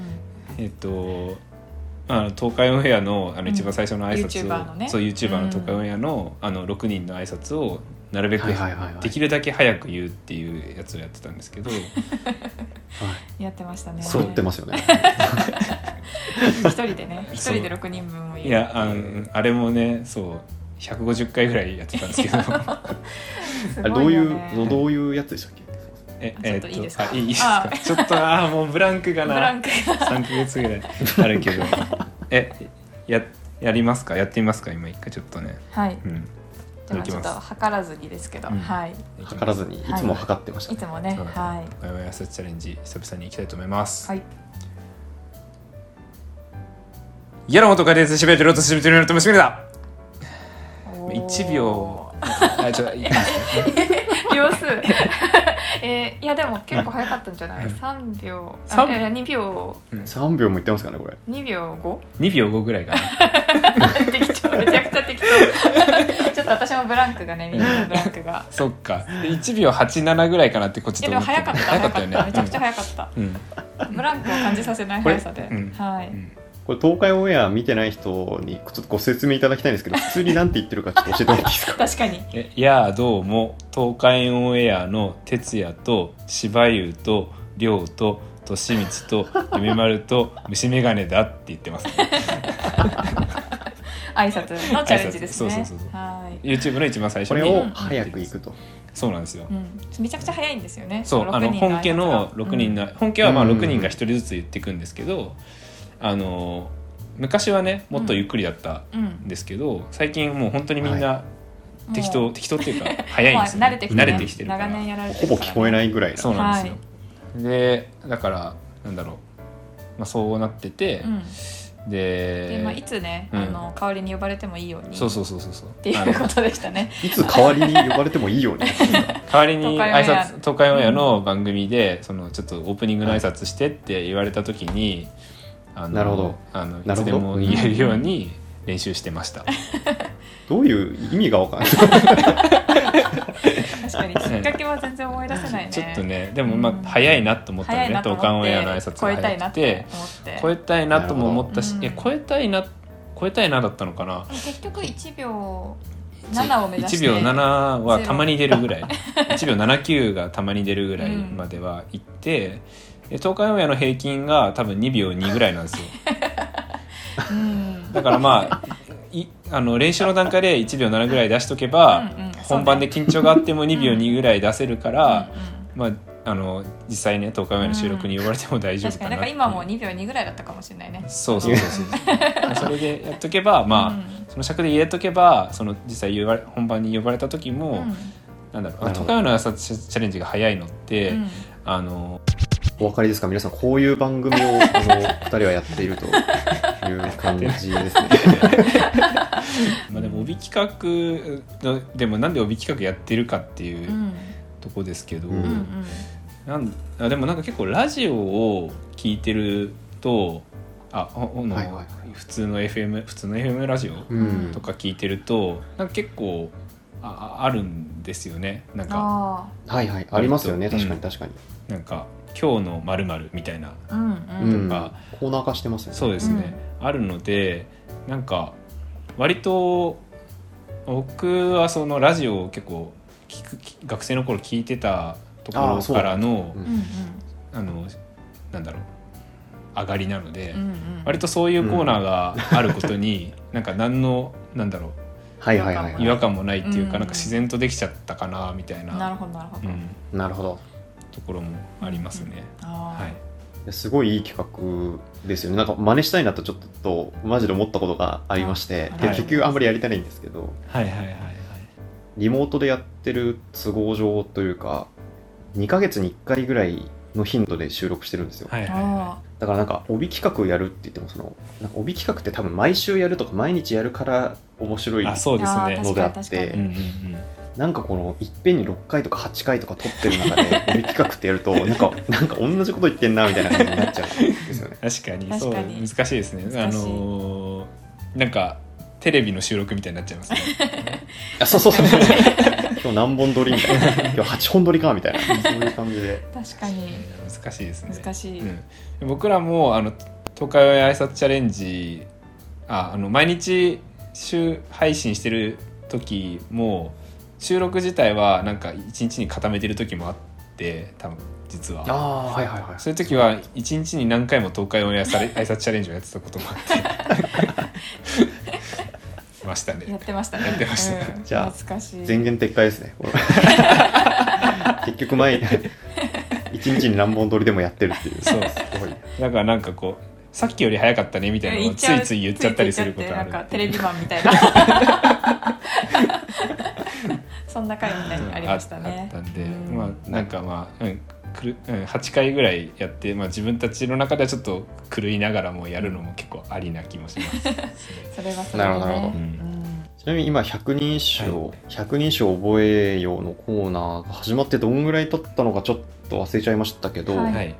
[SPEAKER 2] えっとまああの東海オンエアのあの
[SPEAKER 3] うん
[SPEAKER 2] 一番最初の挨拶を、
[SPEAKER 3] YouTuber のね
[SPEAKER 2] そう YouTuber
[SPEAKER 3] うん
[SPEAKER 2] の東海オンエアの,、あの6人の挨拶をなるべく
[SPEAKER 1] はいはいはいはい
[SPEAKER 2] できるだけ早く言うっていうやつをやってたんですけ ど、
[SPEAKER 1] はい
[SPEAKER 3] やってましたね。。
[SPEAKER 1] 揃ってますすよね
[SPEAKER 3] 一人でね、一
[SPEAKER 2] そう
[SPEAKER 3] 人で六人分を言う。
[SPEAKER 2] いやあのあれもねそう150回ぐらいやってたんですけ ど
[SPEAKER 3] す
[SPEAKER 1] あれ
[SPEAKER 3] ご
[SPEAKER 1] どう
[SPEAKER 3] い
[SPEAKER 1] い
[SPEAKER 3] よ
[SPEAKER 1] う
[SPEAKER 3] ね
[SPEAKER 1] のどういうやつでしたっけ
[SPEAKER 2] え
[SPEAKER 3] ちょっといいですか
[SPEAKER 2] えっとあいいですか
[SPEAKER 3] あ
[SPEAKER 2] ちょっとあーもうブランクが
[SPEAKER 3] ブラ
[SPEAKER 2] な
[SPEAKER 3] ンク
[SPEAKER 2] 3ヶ月ぐらいあるけ どえややりますかやってみますか今一回ちょっとね、
[SPEAKER 3] が。はい。
[SPEAKER 2] うん、
[SPEAKER 3] じゃあ
[SPEAKER 2] でき
[SPEAKER 3] ちょ
[SPEAKER 2] ま
[SPEAKER 3] っ
[SPEAKER 2] す
[SPEAKER 3] と測らずにですけど、
[SPEAKER 2] うん
[SPEAKER 3] はい。
[SPEAKER 1] 測らずにいつも測ってました
[SPEAKER 3] い
[SPEAKER 1] ね、
[SPEAKER 3] つもね、
[SPEAKER 2] そう
[SPEAKER 3] は
[SPEAKER 2] 東海オンエア挨拶チャレンジ久々に行きたいと思います、
[SPEAKER 3] い。はい。
[SPEAKER 2] 嫌なことが出てしべてるとしべてると しべてだ
[SPEAKER 3] お ー
[SPEAKER 2] 1秒。あちょいいですね
[SPEAKER 3] 秒数 えーいやでも結構早かったんじゃない
[SPEAKER 2] うん
[SPEAKER 3] 3秒あ
[SPEAKER 2] 三
[SPEAKER 3] いやいや2秒
[SPEAKER 1] 3秒もいってますかねこれ
[SPEAKER 3] 2秒 5?
[SPEAKER 2] 2秒後ぐらい かな
[SPEAKER 3] 適当めちゃくちゃ適当ちょっと私もブランクがねみんなのブランクが
[SPEAKER 2] そっか1秒87ぐらいかなってこっち
[SPEAKER 3] い
[SPEAKER 2] と
[SPEAKER 3] や
[SPEAKER 2] 思
[SPEAKER 3] でも
[SPEAKER 2] って
[SPEAKER 3] 早か
[SPEAKER 2] 早かった
[SPEAKER 3] った早か
[SPEAKER 2] よ
[SPEAKER 3] っ
[SPEAKER 2] ね
[SPEAKER 3] ためちゃくちゃ早かった
[SPEAKER 2] うん
[SPEAKER 3] ブランクを感じさせない
[SPEAKER 2] これ
[SPEAKER 3] 速さで、
[SPEAKER 2] うん
[SPEAKER 3] はい、
[SPEAKER 2] うん
[SPEAKER 1] これ東海オンエア見てない人にちょっとご説明いただきたいんですけど普通に何て言ってるかちょっと教えてもらっていいです か
[SPEAKER 3] 確かに
[SPEAKER 2] えいやあどうも東海オンエアの哲也と芝優と亮と利光と夢丸と虫眼鏡だって言ってます、ね、
[SPEAKER 3] 挨拶のチャレンジです
[SPEAKER 2] 挨拶そう
[SPEAKER 3] ね
[SPEAKER 2] そうそうそう
[SPEAKER 3] はい、
[SPEAKER 2] YouTube の一番最初
[SPEAKER 1] こ
[SPEAKER 2] に
[SPEAKER 1] れを早く行くと
[SPEAKER 2] そうなんですよ、
[SPEAKER 3] うん、めちゃくちゃ早いんですよね
[SPEAKER 2] そうあの
[SPEAKER 3] 六人
[SPEAKER 2] 本家の
[SPEAKER 3] 挨拶が
[SPEAKER 2] 6人の、本家はまあ
[SPEAKER 1] うん
[SPEAKER 2] 6人が1人ずつ言っていくんですけど、あの昔はねもっとゆっくりだった
[SPEAKER 3] うんうん
[SPEAKER 2] んですけど、最近もう本当にみんな
[SPEAKER 3] もう
[SPEAKER 2] 適当、適当っていうか早いんですよ、ね
[SPEAKER 3] まあ慣れてきて,、ね、
[SPEAKER 2] 慣れてきてるから
[SPEAKER 3] 長年やられて
[SPEAKER 1] ほ
[SPEAKER 3] る
[SPEAKER 1] ぼ
[SPEAKER 3] からね
[SPEAKER 1] 聞こえないぐらいな
[SPEAKER 2] そうなんですよ、でだからなんだろう、まあ、そうなってて、
[SPEAKER 3] うん
[SPEAKER 2] で
[SPEAKER 3] でまあ、いつね、
[SPEAKER 2] うん
[SPEAKER 3] あの代わりに呼ばれてもいいように
[SPEAKER 2] そうそうそうそうそう
[SPEAKER 3] ってい
[SPEAKER 2] あ
[SPEAKER 3] う
[SPEAKER 2] の
[SPEAKER 3] ことでしたね。
[SPEAKER 1] いつ代わりに呼ばれてもいいように
[SPEAKER 2] 代わりに挨
[SPEAKER 3] 東海オンエア
[SPEAKER 2] 拶東海オンエアの番組で、そのちょっとオープニングの挨拶してって言われた時に、あの
[SPEAKER 1] なるほど
[SPEAKER 2] あの
[SPEAKER 1] ないる
[SPEAKER 2] つ
[SPEAKER 1] ほど
[SPEAKER 2] でも言えるように練習してました、
[SPEAKER 1] どういう意味がわかんない
[SPEAKER 3] 確 かにきっかけは全然思い出せないね。
[SPEAKER 2] ちょっとねでもま
[SPEAKER 3] うん
[SPEAKER 2] あ早いなと思ったの
[SPEAKER 3] 早
[SPEAKER 2] ね
[SPEAKER 3] いなと
[SPEAKER 2] 東
[SPEAKER 3] 思
[SPEAKER 2] 海オンエアの挨
[SPEAKER 3] って
[SPEAKER 2] 拶
[SPEAKER 3] 超え
[SPEAKER 2] が
[SPEAKER 3] たいな
[SPEAKER 2] 早
[SPEAKER 3] っ
[SPEAKER 2] く
[SPEAKER 3] て
[SPEAKER 2] て
[SPEAKER 3] 思って。
[SPEAKER 2] 超えたいなとも思ったし、
[SPEAKER 3] な
[SPEAKER 2] え
[SPEAKER 3] るほ
[SPEAKER 2] 超
[SPEAKER 3] ど
[SPEAKER 2] えたいな超えたいなだったのかな
[SPEAKER 3] 結局1秒7を目指して
[SPEAKER 2] 1秒7はたまに出るぐらい 1秒79がたまに出るぐらい
[SPEAKER 3] うん
[SPEAKER 2] までは行って、で東海オンエアの平均が多分2秒2ぐらいなんですよ
[SPEAKER 3] うん
[SPEAKER 2] だからまあいあの練習の段階で1秒7ぐらい出しとけば、
[SPEAKER 3] うんうん
[SPEAKER 2] 本番で緊張があっても2秒2ぐらい出せるから、
[SPEAKER 3] うんうん
[SPEAKER 2] まああの実際ね東海オンエアの収録に呼ばれても大丈夫
[SPEAKER 3] 確
[SPEAKER 2] かな
[SPEAKER 3] かに
[SPEAKER 2] ってい
[SPEAKER 3] な
[SPEAKER 2] うん
[SPEAKER 3] か今も2秒2ぐらいだったかもしれないね。
[SPEAKER 2] そうそうそうそうそれでやっとけばまあ、その尺で入れとけばその実際呼ばれ本番に呼ばれた時も、
[SPEAKER 3] うんうん
[SPEAKER 2] なんだろう
[SPEAKER 1] なるほど
[SPEAKER 2] 東海オンエアの朝チャレンジが早いのって、
[SPEAKER 3] うん
[SPEAKER 2] あの
[SPEAKER 1] お分かりですか皆さんこういう番組をあの2人はやっているという感じですね
[SPEAKER 2] まあ、でも帯企画のでもなんで帯企画やってるかっていううんとこですけど、
[SPEAKER 1] うん
[SPEAKER 3] うん
[SPEAKER 2] なんあでもなんか結構ラジオを聞いてるとああの、
[SPEAKER 1] はいはい
[SPEAKER 2] 普通の FM 普通の FM ラジオ
[SPEAKER 1] うん
[SPEAKER 2] とか聞いてるとなんか結構あああるんですよねなんか
[SPEAKER 3] あ
[SPEAKER 1] はいはいありますよね
[SPEAKER 2] 割
[SPEAKER 1] 確
[SPEAKER 2] と
[SPEAKER 1] かに確かに、
[SPEAKER 2] なんか今日のまるみたいな
[SPEAKER 3] あうん
[SPEAKER 1] う
[SPEAKER 3] うんん
[SPEAKER 2] か
[SPEAKER 1] コーナー化してますよね
[SPEAKER 2] そうですね、あるのでなんか割と僕はそのラジオを結構聞くき学生の頃聞いてたとこ
[SPEAKER 1] あー
[SPEAKER 2] ろ
[SPEAKER 1] そう
[SPEAKER 2] からの
[SPEAKER 1] う
[SPEAKER 2] あ,、
[SPEAKER 1] ん
[SPEAKER 3] うん
[SPEAKER 2] のなんだろう上がりなので、
[SPEAKER 3] うんうんうん
[SPEAKER 2] 割とそういうコーナーがあることに、なんか何のなんだろ
[SPEAKER 1] はいはいはい、
[SPEAKER 2] う違和感もないっていうか、
[SPEAKER 3] う
[SPEAKER 2] な
[SPEAKER 3] ん
[SPEAKER 2] んか自然とできちゃったかなみたいな
[SPEAKER 3] なるほどなるほど。
[SPEAKER 2] うん、
[SPEAKER 1] なるほど
[SPEAKER 2] ところもありますね。
[SPEAKER 3] あ
[SPEAKER 2] はい、
[SPEAKER 1] いやすごいいい企画ですよねなんか真似したいなとちょっとマジで思ったことがありまして
[SPEAKER 3] あ
[SPEAKER 1] で
[SPEAKER 2] はい
[SPEAKER 1] 結局あんまりやりたないんですけど
[SPEAKER 2] はいはいはいはい
[SPEAKER 1] リモートでやってる都合上というか2ヶ月に1回ぐらいの頻度で収録してるんですよ、
[SPEAKER 2] はいはい
[SPEAKER 3] あ。
[SPEAKER 2] は
[SPEAKER 3] あ
[SPEAKER 1] だからなんか帯企画をやるって言ってもそのなんか帯企画って多分毎週やるとか毎日やるから面白い
[SPEAKER 2] いあそうです
[SPEAKER 3] あー
[SPEAKER 2] ね
[SPEAKER 3] 確
[SPEAKER 1] ので
[SPEAKER 3] か
[SPEAKER 1] あ
[SPEAKER 3] に
[SPEAKER 1] っ
[SPEAKER 3] 確か
[SPEAKER 1] て
[SPEAKER 2] うん
[SPEAKER 3] に。
[SPEAKER 2] うんうん
[SPEAKER 1] なんかこのいっぺんに6回とか8回とか撮ってる中で帯企画ってやるとなんかなんか同じこと言ってんなみたいな感じになっちゃうんですよね
[SPEAKER 2] 確かに
[SPEAKER 3] 確
[SPEAKER 2] そう
[SPEAKER 3] か
[SPEAKER 2] 難
[SPEAKER 3] に
[SPEAKER 2] しいですねあ
[SPEAKER 3] 難しい
[SPEAKER 2] のーなんかテレビの収録みたいになっちゃいます ね
[SPEAKER 1] あそうそうそうそう 今日何本撮りみたい な今日8本撮りかみたいなそういう感じで
[SPEAKER 3] 確かに
[SPEAKER 2] 難しいですね
[SPEAKER 3] 難しい。
[SPEAKER 2] うん、僕らもあの東海オンエア挨拶チャレンジああの毎日週配信してる時も収録自体はなんか一日に固めてる時もあって多分実
[SPEAKER 1] あ
[SPEAKER 2] は
[SPEAKER 1] あはいはいはい
[SPEAKER 2] そういう時は一日に何回も東海オンエアされ挨拶チャレンジをやってたこともあ ってましたね
[SPEAKER 3] やってましたね。
[SPEAKER 2] やってました
[SPEAKER 3] うん
[SPEAKER 1] じゃあ
[SPEAKER 3] 懐かしい。
[SPEAKER 1] 全言撤回です ねこれ結局毎日一日に何本撮りでもやってるっていう
[SPEAKER 2] そう
[SPEAKER 1] すごい
[SPEAKER 2] だからなんかこうさっきより早かったねみたいなのをついつい言っちゃったりすることあ
[SPEAKER 3] なんかテ
[SPEAKER 2] る。
[SPEAKER 3] レビマンみたいな。 そんな回みたいにありましたね。
[SPEAKER 2] ああったんで、
[SPEAKER 3] うん
[SPEAKER 2] まあなんかまあ、うんくるうん、8回ぐらいやって、まあ、自分たちの中ではちょっと狂いながらもやるのも結構ありな気もします。
[SPEAKER 3] それはそれでね
[SPEAKER 1] なるほどなるほ
[SPEAKER 2] ど
[SPEAKER 3] うん
[SPEAKER 1] じちなみに今百人一首を、百人一首を覚えようのコーナーが始まってどんぐらい経ったのかちょっと忘れちゃいましたけど、
[SPEAKER 3] はい
[SPEAKER 2] はい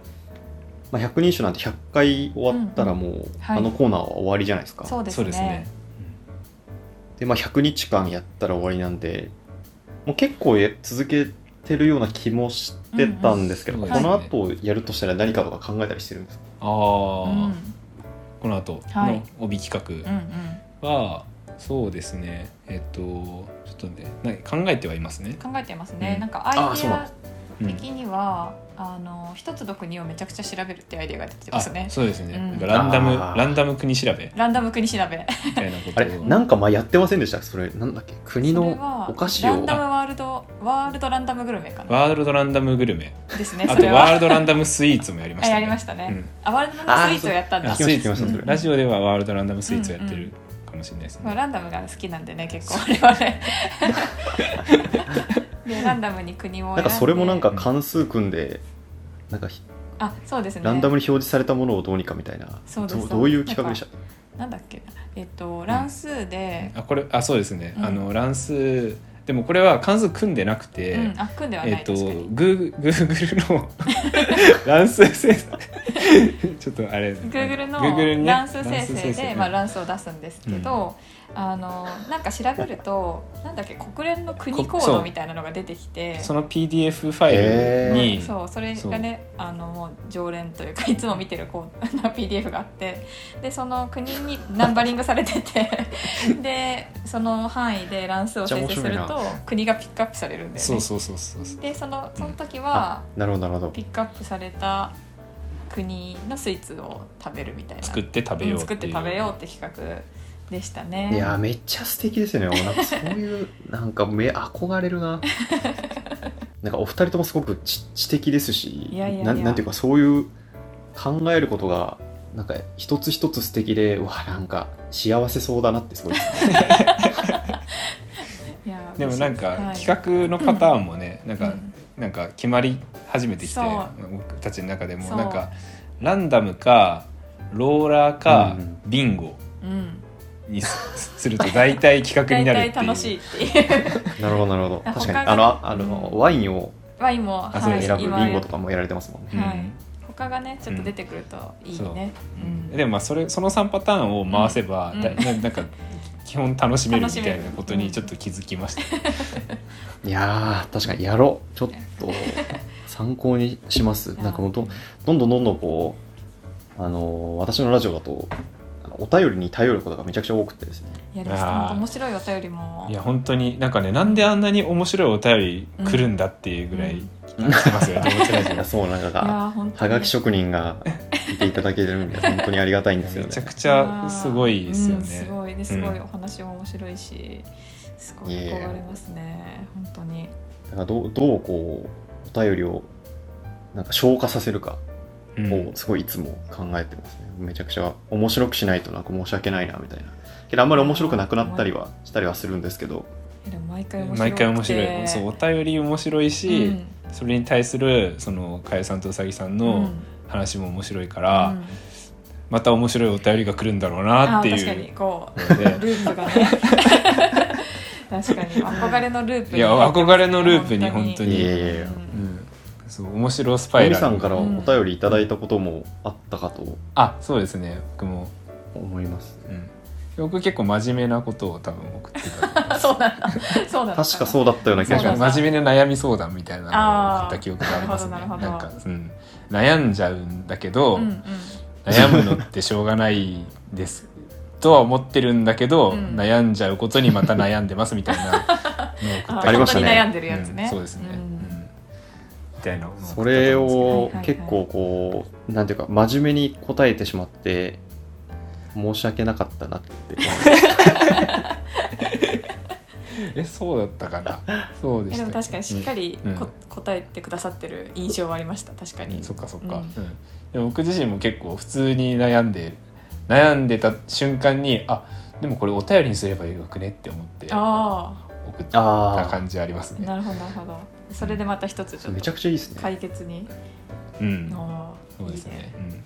[SPEAKER 1] まあ、百人一首なんて100回終わったらもう、
[SPEAKER 3] はい
[SPEAKER 1] あのコーナーは終わりじゃないですか。
[SPEAKER 3] そうで
[SPEAKER 2] そ
[SPEAKER 3] す
[SPEAKER 2] うですね
[SPEAKER 3] ね。
[SPEAKER 1] で、まあ、100日間やったら終わりなんでもう結構や続けてるような気もしてたんですけど、
[SPEAKER 2] うんうん
[SPEAKER 1] この
[SPEAKER 2] はい
[SPEAKER 1] 後やるとしたら何かとか考えたりしてるんですか、
[SPEAKER 2] ああ
[SPEAKER 3] うん、
[SPEAKER 2] ー、
[SPEAKER 3] うん
[SPEAKER 2] この後
[SPEAKER 3] はい
[SPEAKER 2] の帯企
[SPEAKER 3] う
[SPEAKER 2] 画
[SPEAKER 3] ん
[SPEAKER 2] は、そうですねえっとちょっとねな考えてはいますね。
[SPEAKER 3] 考えてますね、
[SPEAKER 2] うん
[SPEAKER 3] なんかアイデ
[SPEAKER 1] そうなん
[SPEAKER 3] ア
[SPEAKER 1] で
[SPEAKER 2] うん
[SPEAKER 3] 的にはあの一つの国をめちゃくちゃ調べるっていうアイデアが出て
[SPEAKER 2] あ
[SPEAKER 3] ますね
[SPEAKER 2] そうですね、
[SPEAKER 3] うん
[SPEAKER 2] なんかランダム
[SPEAKER 1] あー
[SPEAKER 2] ランダム国調べ
[SPEAKER 3] ランダム国調べ
[SPEAKER 2] みたいなこ
[SPEAKER 1] あ
[SPEAKER 2] と
[SPEAKER 1] れ
[SPEAKER 2] を
[SPEAKER 1] なんか前やってませんでしたそれなんだっけ国
[SPEAKER 3] それ
[SPEAKER 1] の
[SPEAKER 3] は
[SPEAKER 1] お菓子
[SPEAKER 3] ラ
[SPEAKER 1] を
[SPEAKER 3] ンダムワールドワールドランダムグルメかな
[SPEAKER 2] ワールドランダムグルメ
[SPEAKER 3] ですね
[SPEAKER 2] あ
[SPEAKER 3] それ
[SPEAKER 2] とワ
[SPEAKER 3] は
[SPEAKER 2] ールドランダムスイーツもやりまし
[SPEAKER 3] あ
[SPEAKER 2] たね。
[SPEAKER 3] やりましたね、
[SPEAKER 2] うん
[SPEAKER 3] あワールドランダムスイーツをやったん
[SPEAKER 2] あ
[SPEAKER 3] だ
[SPEAKER 1] あ
[SPEAKER 2] スイーツ
[SPEAKER 1] 聞きました
[SPEAKER 3] 聞きました
[SPEAKER 2] ラジオではワールドランダムスイーツをやってるかもしれないです
[SPEAKER 3] まあ、
[SPEAKER 2] ね。
[SPEAKER 3] ランダムが好きなんでね結構我々 でランダムに国を選
[SPEAKER 1] なんか
[SPEAKER 3] で
[SPEAKER 1] それもなんか関数組んでなんかひ
[SPEAKER 3] あそうですね
[SPEAKER 1] ランダムに表示されたものをどうにかみたいな、
[SPEAKER 3] そうで
[SPEAKER 1] ど
[SPEAKER 3] すそうう
[SPEAKER 1] どういう企画でした
[SPEAKER 3] なんだっけえっと乱数で、
[SPEAKER 2] あこれあそうですね。
[SPEAKER 3] うん
[SPEAKER 2] あの乱数でもこれは関数組んでなくて、
[SPEAKER 3] うん、あ組んではない、
[SPEAKER 2] えっと
[SPEAKER 3] 確かに
[SPEAKER 2] Google Google の乱数生成ちょっとあれ
[SPEAKER 3] Google の
[SPEAKER 2] Google ね
[SPEAKER 3] 乱数生成で、まあ、
[SPEAKER 2] 乱
[SPEAKER 3] 乱数を出すんですけど、あのなんか調べるとなんだっけ国連の国コードみたいなのが出てきて
[SPEAKER 2] 数その PDF ファイルに、
[SPEAKER 3] そうそれがねあのもう常連というか いつも見てるこうな PDF があってでその国にナンバリングされ ててでその範囲で乱数を生成す
[SPEAKER 1] めっ
[SPEAKER 3] る
[SPEAKER 1] ちゃ面
[SPEAKER 3] と国がピックアップされるんだよ
[SPEAKER 2] そ
[SPEAKER 3] ね
[SPEAKER 2] うそうそうそうそう。
[SPEAKER 3] でそのその時は
[SPEAKER 1] なるほどなるほど
[SPEAKER 3] ピックアップされた国のスイーツを食べるみたいな
[SPEAKER 2] 作って食べよう
[SPEAKER 3] うん
[SPEAKER 2] って
[SPEAKER 3] 作
[SPEAKER 2] い
[SPEAKER 3] っ
[SPEAKER 2] う。
[SPEAKER 3] て食べようって企画でしたね
[SPEAKER 1] いやーめっちゃ素敵 ですよね。なんかそういうなんか目憧れるな。なんかお二人ともすごく知知的ですし、
[SPEAKER 3] いやいやいや
[SPEAKER 1] なんなんていうかそういう考えることがなんか一つ一つ素敵で、うわなんか幸せそうだなってすごいですね。
[SPEAKER 3] いやー
[SPEAKER 2] でもなん
[SPEAKER 3] は
[SPEAKER 2] か
[SPEAKER 3] い
[SPEAKER 2] 企画のパターンもね、なん
[SPEAKER 3] う
[SPEAKER 2] か
[SPEAKER 3] ん
[SPEAKER 2] なんか決まり始めてきて
[SPEAKER 3] そう
[SPEAKER 2] 僕たちの中でも
[SPEAKER 3] そう
[SPEAKER 2] なんかランダムかローラーか
[SPEAKER 1] うん
[SPEAKER 2] ビンゴ
[SPEAKER 3] うん
[SPEAKER 2] にすすると大体企画に
[SPEAKER 3] 大
[SPEAKER 2] なるっ
[SPEAKER 3] 体
[SPEAKER 2] ていう
[SPEAKER 3] 楽しいってい う
[SPEAKER 1] なるほどなるほど。
[SPEAKER 3] あ
[SPEAKER 1] 確かに
[SPEAKER 3] 他が
[SPEAKER 1] あのあの、
[SPEAKER 3] うん
[SPEAKER 1] ワインを
[SPEAKER 3] ワインも
[SPEAKER 2] あ
[SPEAKER 1] そう
[SPEAKER 2] はい
[SPEAKER 1] 選ぶビ
[SPEAKER 3] 今
[SPEAKER 1] ンゴとかもやられてますもんね。
[SPEAKER 2] うん
[SPEAKER 3] はい他がねちょっと出てくるといいね、うん
[SPEAKER 2] でもまあそれその3パターンを回せば、
[SPEAKER 3] うん
[SPEAKER 2] だいななんか基本楽しめるみたいなこと
[SPEAKER 3] 楽しめる
[SPEAKER 2] にちょっと気づきました、
[SPEAKER 1] いやー確かにやろう。ちょっ と参考にします。なんか本当。どんどんどんどんこう、あのー私のラジオだとあのお便りに頼ることがめちゃくちゃ多くてですね
[SPEAKER 3] いやでもちょっと本当面白いお便りも
[SPEAKER 2] いや本当になんかねなんであんなに面白いお便り来るんだっていうぐらい来てますよ、 動物ラジオ
[SPEAKER 1] いやそうなんか
[SPEAKER 3] いや
[SPEAKER 1] が
[SPEAKER 3] ー本当に
[SPEAKER 1] はがき職人がいていただけてるんで本当にありがたいんですよ
[SPEAKER 2] めちゃ
[SPEAKER 1] ね
[SPEAKER 2] くちゃすごいですよ
[SPEAKER 3] うん
[SPEAKER 2] ね。
[SPEAKER 3] すごいですごい
[SPEAKER 2] うん
[SPEAKER 3] お話も面白いしすごい
[SPEAKER 1] いえいえ
[SPEAKER 3] 憧れますね本当に
[SPEAKER 1] だからどうどうこうお便りをなんか消化させるか
[SPEAKER 2] うん
[SPEAKER 1] をすごいいつも考えてますね、めちゃくちゃ面白くしないとなんか申し訳ないなみたいなけどあんまり面白くなくなったりはしたりはするんですけど
[SPEAKER 3] いやでも毎回面白い
[SPEAKER 2] 毎回面白いそうお便り面白いし、それに対するそのかよさんとうさぎさんの話も面白いから、また面白いお便りが来るんだろうな
[SPEAKER 3] あ
[SPEAKER 2] って
[SPEAKER 3] ー
[SPEAKER 2] い
[SPEAKER 3] 確かに
[SPEAKER 2] う
[SPEAKER 3] こう
[SPEAKER 2] ので
[SPEAKER 3] ループがね確かに憧れのループ
[SPEAKER 2] いや憧れのループに本当
[SPEAKER 1] いや
[SPEAKER 2] に、
[SPEAKER 1] いやいや
[SPEAKER 3] うん
[SPEAKER 2] うんそう面白スパ
[SPEAKER 1] 海
[SPEAKER 2] イラル
[SPEAKER 1] さんからお便りいただいたこともあったかと
[SPEAKER 2] あそうですね僕も、
[SPEAKER 1] 思います、
[SPEAKER 2] うん、僕結構真面目なことを多分送って たと思います
[SPEAKER 3] そうなんだそうなんだ
[SPEAKER 1] 確かそうだったような気がします
[SPEAKER 2] なんか真面目な悩み相談みたいなのを送った記憶がありますね
[SPEAKER 3] あーな
[SPEAKER 2] な
[SPEAKER 3] るほ
[SPEAKER 2] ん
[SPEAKER 3] どなるほど
[SPEAKER 2] か、うん、悩んじゃうんだけど、
[SPEAKER 3] うんうん
[SPEAKER 2] 悩むのってしょうがないですとは思ってるんだけど、
[SPEAKER 3] うん
[SPEAKER 2] 悩んじゃうことにまた悩んでますみたいなのを送って
[SPEAKER 3] あ
[SPEAKER 1] ありましたね
[SPEAKER 3] 本当に悩んでるやつね
[SPEAKER 2] うんそうですね、
[SPEAKER 3] うん
[SPEAKER 2] うんみたいなのを送っ
[SPEAKER 1] そ
[SPEAKER 2] たと思うんですけ
[SPEAKER 1] れ
[SPEAKER 2] ど
[SPEAKER 1] を
[SPEAKER 3] はいはい
[SPEAKER 1] 結構こうなんていうか真面目に答えてしまって申し訳なかったなって
[SPEAKER 2] えそうだったかなそうで
[SPEAKER 3] え
[SPEAKER 2] し
[SPEAKER 3] で
[SPEAKER 2] た
[SPEAKER 3] も確かにしっかり
[SPEAKER 2] うん
[SPEAKER 3] こ答えてくださってる印象はありました確か
[SPEAKER 2] うん
[SPEAKER 3] に
[SPEAKER 2] そっかそっか、
[SPEAKER 3] うん
[SPEAKER 2] うんでも僕自身も結構普通に悩んで悩んでた瞬間にあでもこれお便りにすればよくねって思って
[SPEAKER 3] あ
[SPEAKER 2] 送った
[SPEAKER 1] あ
[SPEAKER 2] 感じあります
[SPEAKER 3] あ
[SPEAKER 2] ね
[SPEAKER 3] なるほどなるほどそれでまた一つち
[SPEAKER 1] あ
[SPEAKER 3] ょっ
[SPEAKER 1] めち
[SPEAKER 3] と
[SPEAKER 1] ゃくちゃいいですね
[SPEAKER 3] 解決に
[SPEAKER 2] うん
[SPEAKER 3] ああ
[SPEAKER 2] そうですねうん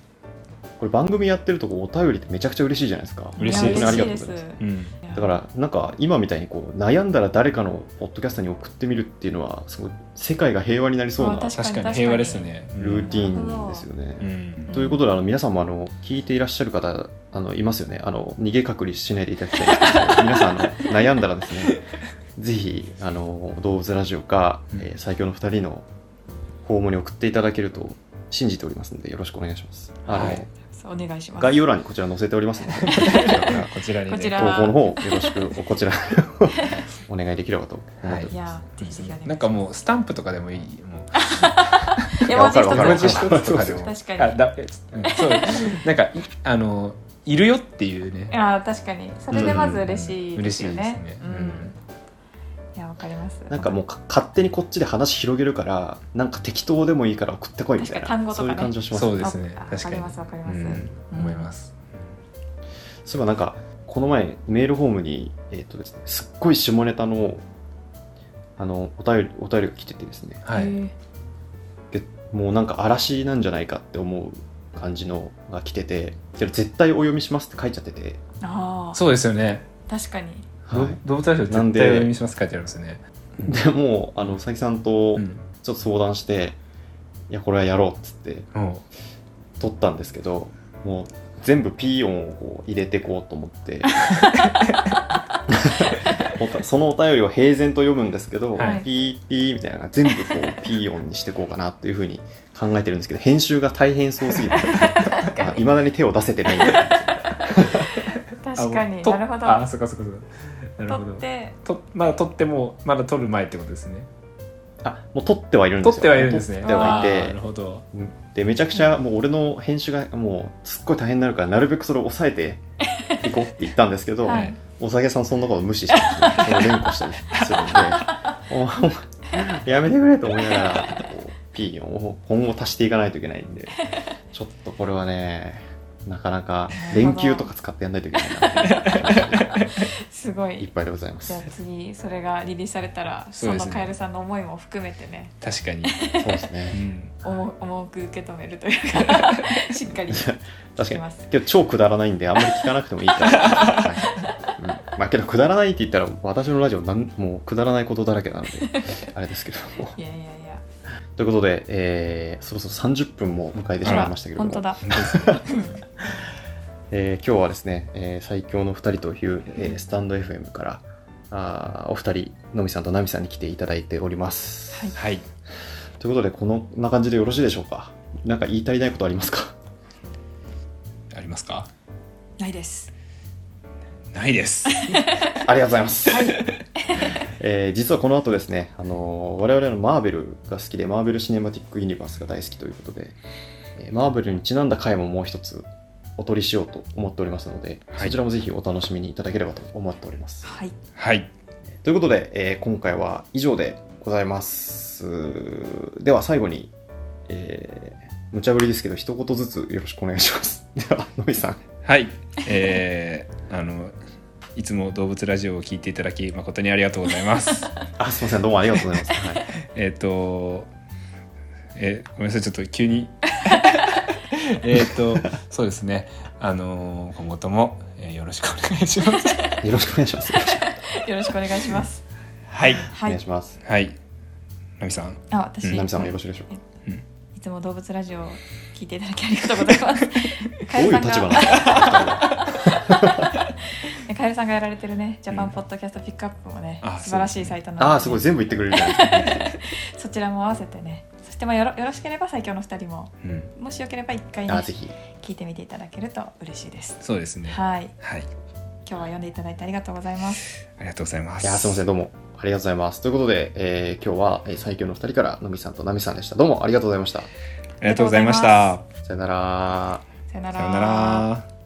[SPEAKER 1] これ番組やってるとこお便りってめちゃくちゃ嬉しいじゃないですか
[SPEAKER 2] 嬉しい
[SPEAKER 3] や
[SPEAKER 2] です
[SPEAKER 1] 本当にありがとう
[SPEAKER 3] で
[SPEAKER 1] ご
[SPEAKER 3] す
[SPEAKER 1] ざいます
[SPEAKER 2] うん
[SPEAKER 1] だからなんか今みたいにこう悩んだら誰かのポッドキャストに送ってみるっていうのはすごい世界が平和になりそう
[SPEAKER 3] あ
[SPEAKER 1] な
[SPEAKER 3] 確
[SPEAKER 2] 確か
[SPEAKER 3] か
[SPEAKER 2] に
[SPEAKER 3] に
[SPEAKER 2] 平和ですねうん
[SPEAKER 1] ルーティーンですよ
[SPEAKER 2] う
[SPEAKER 1] ね。
[SPEAKER 2] ん
[SPEAKER 1] ということであの皆さんもあの聞いていらっしゃる方あのいますよねあの逃げ隔離しないでいただきたいんですけど皆さんあの悩んだらです ねぜひあの動物ラジオか、
[SPEAKER 2] うん
[SPEAKER 1] えー最強の2人の訪問に送っていただけると信じておりますのでよろしくお願いします。あの
[SPEAKER 2] はい
[SPEAKER 3] そうお願いします
[SPEAKER 1] 概要欄にこちら載せておりますので
[SPEAKER 2] こちらにね
[SPEAKER 3] こちら
[SPEAKER 1] 投稿の方よろしくこちら お願いできればと思っており
[SPEAKER 3] い
[SPEAKER 1] ま
[SPEAKER 3] やぜひぜひお願いします
[SPEAKER 2] なんかもうスタンプとかでもいいもう
[SPEAKER 1] い
[SPEAKER 3] 絵
[SPEAKER 1] やわ
[SPEAKER 3] 文
[SPEAKER 1] かる
[SPEAKER 3] 字
[SPEAKER 1] わかる
[SPEAKER 2] 文
[SPEAKER 3] 一
[SPEAKER 2] 字
[SPEAKER 3] つ
[SPEAKER 2] 一つとかでも
[SPEAKER 3] 確かに
[SPEAKER 2] あだえうんそうなんかいあのいるよっていう
[SPEAKER 3] い
[SPEAKER 2] ね
[SPEAKER 3] やー確かにそれでまず嬉しいです
[SPEAKER 2] うん嬉しいで
[SPEAKER 3] よね
[SPEAKER 2] すね
[SPEAKER 3] うんいやわかります
[SPEAKER 1] す。なんかもうか勝手にこっちで話広げるからなんか適当でもいいから送ってこいみたいな
[SPEAKER 3] 確かに単語と
[SPEAKER 1] そ
[SPEAKER 3] か
[SPEAKER 1] うい
[SPEAKER 3] ね
[SPEAKER 1] う感じがします
[SPEAKER 2] そ
[SPEAKER 1] ね
[SPEAKER 2] うですね
[SPEAKER 3] あわ
[SPEAKER 2] 確か
[SPEAKER 3] かり
[SPEAKER 2] に
[SPEAKER 3] ますわかり
[SPEAKER 2] う
[SPEAKER 3] ます、
[SPEAKER 2] ん
[SPEAKER 3] うん
[SPEAKER 2] 思います
[SPEAKER 1] そういえばなんかこの前メールフォームに、えーとですね、すっごい下ネタのあのお便りお便りが来ててですね
[SPEAKER 2] はい
[SPEAKER 3] へ
[SPEAKER 1] もうなんか嵐なんじゃないかって思う感じのが来ててけど絶対お読みしますって書いちゃってて、
[SPEAKER 3] ーああ
[SPEAKER 2] そうですよね
[SPEAKER 3] 確かに
[SPEAKER 1] は
[SPEAKER 2] ど
[SPEAKER 1] い、
[SPEAKER 2] 動物大賞絶対
[SPEAKER 1] なん
[SPEAKER 2] お
[SPEAKER 1] で
[SPEAKER 2] 読みします書いてありますよね
[SPEAKER 1] でもうあのうさぎさんと
[SPEAKER 2] うん
[SPEAKER 1] ちょっと相談して、いやこれはやろうっつって
[SPEAKER 2] も
[SPEAKER 1] 撮ったんですけどもう全部 P 音をこう入れてこうと思って おたそのお便りを平然と読むんですけど、
[SPEAKER 2] はい
[SPEAKER 1] ピーピーみたいなのが全部こう P 音にしてこうかなっていうふうに考えてるんですけど編集が大変そう すぎていまだに手を出せてないんで
[SPEAKER 2] う
[SPEAKER 3] 確かに
[SPEAKER 2] と
[SPEAKER 3] なるほ
[SPEAKER 2] あ
[SPEAKER 3] ど
[SPEAKER 2] そっかそっかそっかなるほど
[SPEAKER 3] 取って
[SPEAKER 2] とまだ取ってもまだ取る前ってことですね
[SPEAKER 1] あもう撮ってはいるんで
[SPEAKER 2] 取
[SPEAKER 1] すよ
[SPEAKER 2] ってはいるんですね
[SPEAKER 1] 撮っては
[SPEAKER 2] あー
[SPEAKER 1] い
[SPEAKER 2] な
[SPEAKER 1] て
[SPEAKER 2] るほど
[SPEAKER 1] でめちゃくちゃもう俺の編集がもうすっごい大変になるからなるべくそれを抑え ていこうって言ったんですけど、
[SPEAKER 3] はい
[SPEAKER 1] お酒さんそんなこと無視してその連呼したりす るんでお前お前やめてくれと思いながらこうピー音を今後足していかないといけないんでちょっとこれはねなかなか連休とか使ってやんないといけないな
[SPEAKER 3] すご
[SPEAKER 1] いっ
[SPEAKER 3] い
[SPEAKER 1] ぱいでございま
[SPEAKER 3] じ
[SPEAKER 1] す
[SPEAKER 3] ゃあ次それがリリースされたら
[SPEAKER 2] そう
[SPEAKER 3] そ
[SPEAKER 2] です
[SPEAKER 3] の
[SPEAKER 2] ね
[SPEAKER 3] カエルさんの思いも含めてね
[SPEAKER 2] 確かに、
[SPEAKER 1] そうです
[SPEAKER 2] う
[SPEAKER 1] ね
[SPEAKER 2] ん、
[SPEAKER 3] 重重く受け止めるとい うかしっかり聞
[SPEAKER 1] 確か
[SPEAKER 3] き
[SPEAKER 1] に
[SPEAKER 3] ます
[SPEAKER 1] けど超くだらないんであんまり聞かなくてもいい から、はいうんまあけどくだらないって言ったら私のラジオなんもうくだらないことだらけなので あれですけども
[SPEAKER 3] いやいやいや
[SPEAKER 1] ということで、えーそろそろ30分も迎えてしまいましたけれど
[SPEAKER 3] 本
[SPEAKER 1] も
[SPEAKER 3] 当だ
[SPEAKER 2] 本当ですね
[SPEAKER 1] えー今日はですね、えー最強の2人という、えースタンド FM からあーお二人のみさんとなみさんに来ていただいております。
[SPEAKER 3] はい
[SPEAKER 2] はい
[SPEAKER 1] ということでこんな感じでよろしいでしょうかなんか言い足りないことありますか
[SPEAKER 2] ありますか
[SPEAKER 3] ないです
[SPEAKER 2] ないです。
[SPEAKER 1] ありがとうございます、 えー実はこの後ですね、あのー我々のマーベルが好きでマーベル・シネマティック・ユニバースが大好きということで、えーマーベルにちなんだ回ももう一つお取りしようと思っておりますので、
[SPEAKER 2] はい
[SPEAKER 1] そちらもぜひお楽しみにいただければと思っております。
[SPEAKER 3] はい
[SPEAKER 2] はい。
[SPEAKER 1] ということで、えー今回は以上でございます。では最後に、えー、無茶ぶりですけど、一言ずつよろしくお願いします。 では、のびさん。
[SPEAKER 2] はい。えー、あの、いつも動物ラジオを聞いていただき、誠にありがとうござい ます。
[SPEAKER 1] あ、すみません、どうもありがとうございます。はい、
[SPEAKER 2] えっと、えーごめんなさい、ちょっと急 に。えっと、そうですね。あのー、今後とも、えーよろしくお願いします。
[SPEAKER 1] よろしくお願いします。よろしく
[SPEAKER 3] よろしくお願いします
[SPEAKER 2] はい。
[SPEAKER 1] お
[SPEAKER 3] は
[SPEAKER 1] 願い
[SPEAKER 3] い
[SPEAKER 1] します。
[SPEAKER 2] はい。ナミさん。
[SPEAKER 3] あ私
[SPEAKER 2] うん
[SPEAKER 1] なみさんもよろしいでしょうか。
[SPEAKER 3] いつも動物ラジオを聞いていただきありがとうございます。
[SPEAKER 1] ど
[SPEAKER 3] カ
[SPEAKER 1] ういう
[SPEAKER 3] エルさん
[SPEAKER 1] 立場なん
[SPEAKER 3] が
[SPEAKER 1] ですか。
[SPEAKER 3] カエルさんがやられてるね、ジャパンポッドキャストピックアップもね、
[SPEAKER 2] あ
[SPEAKER 3] 素晴らしいサイトなので、
[SPEAKER 1] あー、すごい、全部言ってくれるじゃ ないですか。
[SPEAKER 3] そちらも合わせてね、そしてまあよろよろしければ最強の二人も、
[SPEAKER 2] うん。
[SPEAKER 3] もしよければ一回ね
[SPEAKER 1] あー、ぜひ。
[SPEAKER 3] 聞いてみていただけると嬉しいです。
[SPEAKER 2] そうですね。
[SPEAKER 3] はい、
[SPEAKER 2] はい。
[SPEAKER 3] 今日は読んでいただいてありがとうございます。
[SPEAKER 2] ありがとうございます。
[SPEAKER 1] いやー、すみません、どうも。ありがとうございます。ということで、えー今日はえー最強の二人からのみさんとなみさんでした。どうもありがとうございました。
[SPEAKER 2] ありがとうございました。
[SPEAKER 1] さよなら。
[SPEAKER 3] さよなら。
[SPEAKER 2] さようなら。